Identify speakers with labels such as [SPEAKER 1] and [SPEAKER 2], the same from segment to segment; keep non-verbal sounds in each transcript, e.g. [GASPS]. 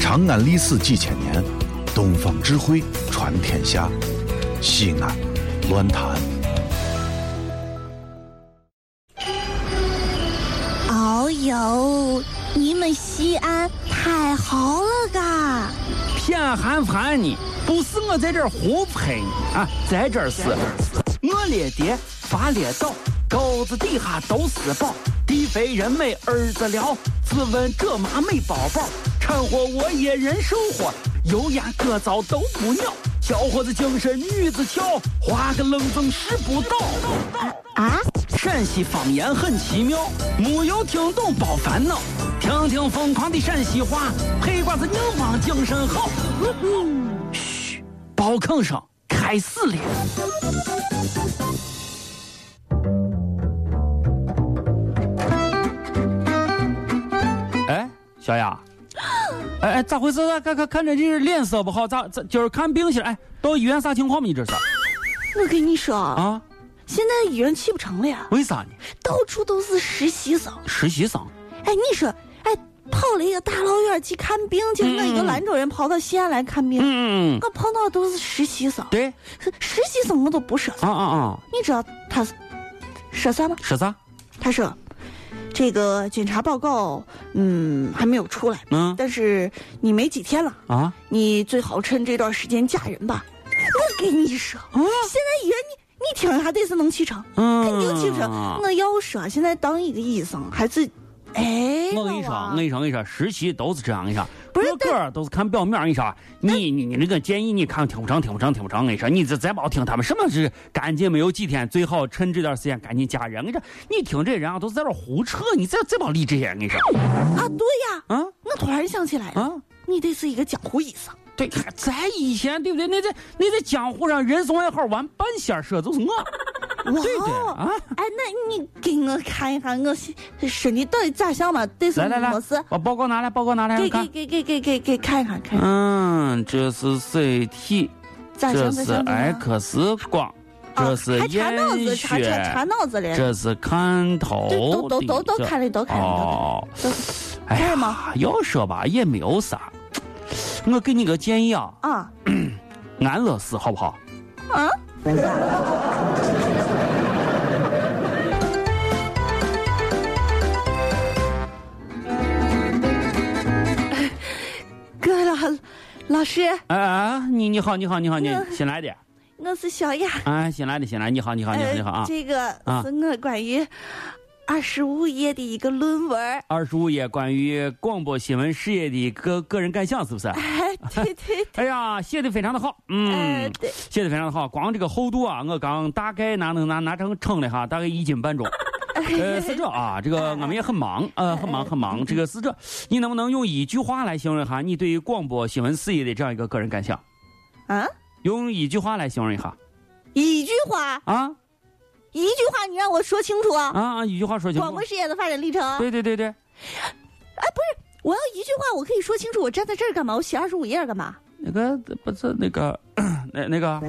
[SPEAKER 1] 长安历史几千年，东方智慧传天下。西安，乱谈。
[SPEAKER 2] 哦呦，你们西安太好了嘎！
[SPEAKER 3] 偏寒寒你，不是我在这儿胡喷你啊，在这儿是，我列爹发列倒，沟子底下都是宝，地肥人美儿子了，自问这妈没宝宝，掺和我也人生活，油盐各糟都不尿，小伙子精神女子俏，花个愣风拾不倒。
[SPEAKER 2] 啊，
[SPEAKER 3] 陕西方言很奇妙，没有听懂别烦恼，听听疯狂的陕西话，黑瓜子硬邦精神好。嘘，包吭声开始了。哎，小 [GASPS] 雅，哎哎，咋回事啊？看看看着这是脸色不好，咋咋今儿看病去了？哎，到医院啥情况吗？你这是
[SPEAKER 2] 我跟你说，啊、
[SPEAKER 3] 啊？
[SPEAKER 2] 现在医院去不成了呀，
[SPEAKER 3] 为啥呢？
[SPEAKER 2] 到处都是实习生。
[SPEAKER 3] 实习生。
[SPEAKER 2] 哎，你说，哎，跑了一个大老远去看病去，我一个兰州人跑到西安来看病，
[SPEAKER 3] 嗯嗯嗯，
[SPEAKER 2] 我碰到的都是实习生，
[SPEAKER 3] 对。
[SPEAKER 2] 实习生我都不说。
[SPEAKER 3] 啊啊啊！
[SPEAKER 2] 你知道他是说啥吗？
[SPEAKER 3] 说啥？
[SPEAKER 2] 他说，这个检查报告，嗯，还没有出来，
[SPEAKER 3] 嗯
[SPEAKER 2] 但是你没几天了。
[SPEAKER 3] 啊，
[SPEAKER 2] 你最好趁这段时间嫁人吧。我跟你说，现在医院你你听着还得是能去成，
[SPEAKER 3] 嗯
[SPEAKER 2] 肯定去成。我要说，现在当一个医生还是，哎，
[SPEAKER 3] 我跟你说，
[SPEAKER 2] 老
[SPEAKER 3] 我
[SPEAKER 2] 王
[SPEAKER 3] 跟你说，我跟你说，实习都是这样，我跟你说，
[SPEAKER 2] 不是
[SPEAKER 3] 个个都是看表面，我跟你说，你你你那个建议你看听不成，听不成，听不成，我跟你说，你这再不听他们什么是赶紧没有几天，最好趁这段时间赶紧嫁人。我跟你说，你听这人啊，都是在这胡扯，你再再不理这些人，我跟你说，
[SPEAKER 2] 啊，对呀，
[SPEAKER 3] 啊
[SPEAKER 2] 我突然想起来了，
[SPEAKER 3] 啊，
[SPEAKER 2] 你得是一个江湖医生。
[SPEAKER 3] 对，咱以前对不对？那在那在江湖上人送外号玩半仙儿说就是我，对不对
[SPEAKER 2] 哇
[SPEAKER 3] 啊
[SPEAKER 2] 哦，？哎，那你给我看一看我身身体到底咋样嘛？得是
[SPEAKER 3] 来来来
[SPEAKER 2] 没事，，
[SPEAKER 3] 把报告拿来，报告拿来，
[SPEAKER 2] 给
[SPEAKER 3] 看
[SPEAKER 2] 给。给给给给给看一看看一看，
[SPEAKER 3] 嗯，这是 CT，
[SPEAKER 2] 咋
[SPEAKER 3] 这
[SPEAKER 2] 样咋
[SPEAKER 3] 是哎
[SPEAKER 2] 样？
[SPEAKER 3] X 光，这是
[SPEAKER 2] 啊还查脑
[SPEAKER 3] 验
[SPEAKER 2] 子，查查查
[SPEAKER 3] 血，
[SPEAKER 2] 脑子嘞。
[SPEAKER 3] 这是看头
[SPEAKER 2] 对都都都都
[SPEAKER 3] 的
[SPEAKER 2] 看了，都看了，都看了。
[SPEAKER 3] 哦，
[SPEAKER 2] 都
[SPEAKER 3] 哎
[SPEAKER 2] 看了
[SPEAKER 3] 呀
[SPEAKER 2] 吗，
[SPEAKER 3] 要说吧也没有啥，我给你个建议啊，
[SPEAKER 2] 啊
[SPEAKER 3] 安乐死好不好？
[SPEAKER 2] 啊！ [LAUGHS] 哥老老师，
[SPEAKER 3] 哎哎，你你好你好你好你
[SPEAKER 2] 嗯
[SPEAKER 3] 新来的，
[SPEAKER 2] 我是小雅。
[SPEAKER 3] 哎新来的新来的，你好你好你好你好啊，
[SPEAKER 2] 这个是我关于二十五页的一个论文儿。 [LAUGHS]
[SPEAKER 3] 二十五页关于广播新闻事业的个个人感想是不是？
[SPEAKER 2] 哎，对对，
[SPEAKER 3] 哎呀，写的非常的好，
[SPEAKER 2] 哎
[SPEAKER 3] 嗯，
[SPEAKER 2] 对，
[SPEAKER 3] 写的非常的好，光这个厚度啊，我刚大概拿能拿拿成称了哈，大概一
[SPEAKER 2] [LAUGHS]
[SPEAKER 3] 斤半重。呃，是这啊，这个我们也很忙，呃，很忙很忙。这个是这，你能不能用一句话来形容一下你对于广播新闻事业的这样一个个人感想？呃
[SPEAKER 2] [LAUGHS] 啊，
[SPEAKER 3] 用一句话来形容一下
[SPEAKER 2] 一句话，
[SPEAKER 3] 啊
[SPEAKER 2] 一句话，你让我说清楚啊。
[SPEAKER 3] 啊，一句话说清
[SPEAKER 2] 广
[SPEAKER 3] 楚
[SPEAKER 2] 播。事业的发展历程，
[SPEAKER 3] 对对对对，
[SPEAKER 2] 我要一句话，我可以说清楚。我站在这儿干嘛？我写二十五页干嘛？
[SPEAKER 3] 那个不是那个 [CLEARS THROAT] 那那个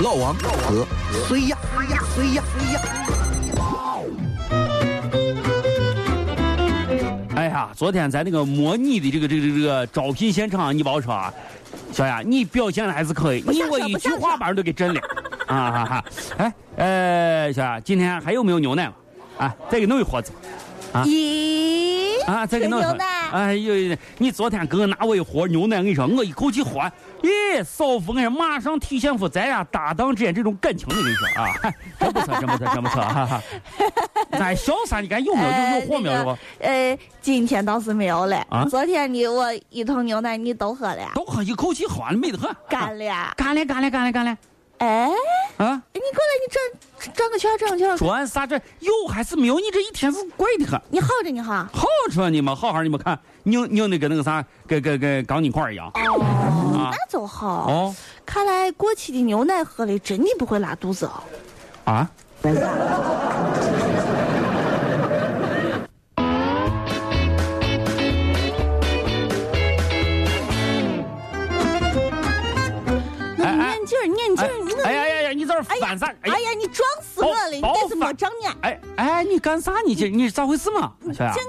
[SPEAKER 1] 老王和谁呀？谁呀？谁呀？谁呀？
[SPEAKER 3] 哎呀，昨天咱那个模拟的这个这个这个这个招聘现场，你别说啊，小雅，你表现的还是可以，
[SPEAKER 2] 不
[SPEAKER 3] 你
[SPEAKER 2] 像
[SPEAKER 3] 我
[SPEAKER 2] 话
[SPEAKER 3] 一
[SPEAKER 2] 不
[SPEAKER 3] 句
[SPEAKER 2] 像
[SPEAKER 3] 话
[SPEAKER 2] 话
[SPEAKER 3] 把人都给震了，啊哈哈！哎，呃，小雅，今天还有没有牛奶了？啊，再给弄一盒子啊
[SPEAKER 2] 咦，
[SPEAKER 3] 啊，再给弄一盒
[SPEAKER 2] 牛。奶
[SPEAKER 3] 哎呦，你昨天给我拿我一盒牛奶，我跟你说，我一口气喝完，咦，少夫，我跟你说马上体现出咱俩搭档之间这种感情，我跟你说啊，嗨真不错，真不错，真不错，哈哈！咱笑啥？你看有没有有有货没有？有货
[SPEAKER 2] 呃，今天倒是没有嘞。
[SPEAKER 3] 啊
[SPEAKER 2] 昨天你我一桶牛奶你都喝了呀，
[SPEAKER 3] 都喝一口气喝完了，美得很。
[SPEAKER 2] 干了呀。
[SPEAKER 3] 干嘞干嘞干嘞干嘞
[SPEAKER 2] 哎，
[SPEAKER 3] 啊！
[SPEAKER 2] 你过来，你转转个圈儿，转个圈儿。
[SPEAKER 3] 转啥转？有还是没有？你这一天是怪的很。
[SPEAKER 2] 你好着你好。
[SPEAKER 3] 好说你们，好好你们看，拧拧的跟那个啥，跟跟跟钢筋块儿一样。
[SPEAKER 2] 哦
[SPEAKER 3] 啊，
[SPEAKER 2] 那就好。
[SPEAKER 3] 哦
[SPEAKER 2] 看来过期的牛奶喝了真的不会拉肚子哦。
[SPEAKER 3] 啊！
[SPEAKER 2] 那
[SPEAKER 3] 哎
[SPEAKER 2] 你
[SPEAKER 3] 哎
[SPEAKER 2] 眼镜儿，眼镜
[SPEAKER 3] 哎
[SPEAKER 2] 儿，你
[SPEAKER 3] 哎
[SPEAKER 2] 那哎
[SPEAKER 3] 呀呀呀！你在这儿翻啥？
[SPEAKER 2] 哎呀，你撞死我了！你
[SPEAKER 3] 包
[SPEAKER 2] 这是没
[SPEAKER 3] 包
[SPEAKER 2] 长眼。
[SPEAKER 3] 哎哎，你你干啥？你这你咋回事嘛？小
[SPEAKER 2] 见
[SPEAKER 3] 雅，
[SPEAKER 2] 我眼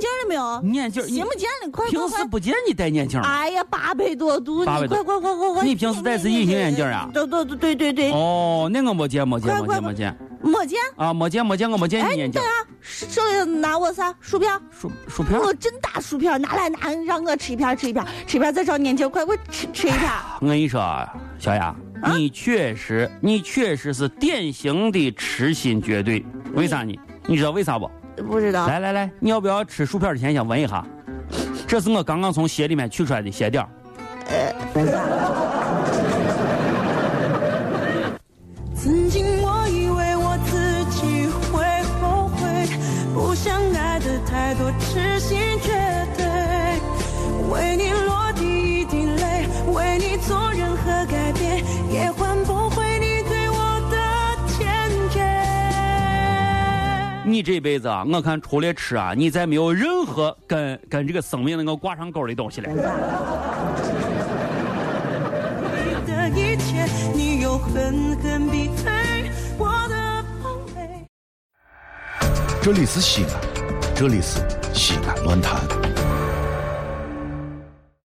[SPEAKER 2] 镜了没有？
[SPEAKER 3] 眼啊镜儿你
[SPEAKER 2] 行不见了，快快
[SPEAKER 3] 平时
[SPEAKER 2] 快！
[SPEAKER 3] 不见你戴眼镜儿
[SPEAKER 2] 哎呀，八百多度，你
[SPEAKER 3] 800
[SPEAKER 2] 快
[SPEAKER 3] 多
[SPEAKER 2] 快快快快！
[SPEAKER 3] 你平时戴是隐形眼镜啊
[SPEAKER 2] 对对对对对对，
[SPEAKER 3] 哦，那我没见，没
[SPEAKER 2] 快
[SPEAKER 3] 见，没
[SPEAKER 2] 哎快
[SPEAKER 3] 见，没见
[SPEAKER 2] 没见。
[SPEAKER 3] 啊，没见，没见，我没见
[SPEAKER 2] 哎，
[SPEAKER 3] 你
[SPEAKER 2] 你
[SPEAKER 3] 眼镜
[SPEAKER 2] 等
[SPEAKER 3] 儿。
[SPEAKER 2] 下，手手里拿我啥？薯片儿。
[SPEAKER 3] 薯薯片儿，
[SPEAKER 2] 我真打薯片儿，拿来拿，让我吃一片儿吃一片儿，吃一片儿再找眼镜，快快吃吃一片儿。
[SPEAKER 3] 我跟你说啊，小雅，你确实，你确实是典型的痴心绝对。为啥呢？你知道为啥不？
[SPEAKER 2] 不知道，
[SPEAKER 3] 来来来，你要不要吃薯片之前先闻一下？这是我刚刚从鞋里面取出来的鞋底儿。
[SPEAKER 4] 曾经我以为我自己会后悔，不想爱的太多，痴心绝对。为你落第一滴泪，为你做任何改变，也换不回你对我的坚决。
[SPEAKER 3] 你这辈子啊，我看除了吃啊，你再没有任何跟跟这个生命能够挂上钩的东西了。
[SPEAKER 4] 你的一切，你又狠狠逼退我的防备。
[SPEAKER 1] 这里是西安，这里是西安乱谈。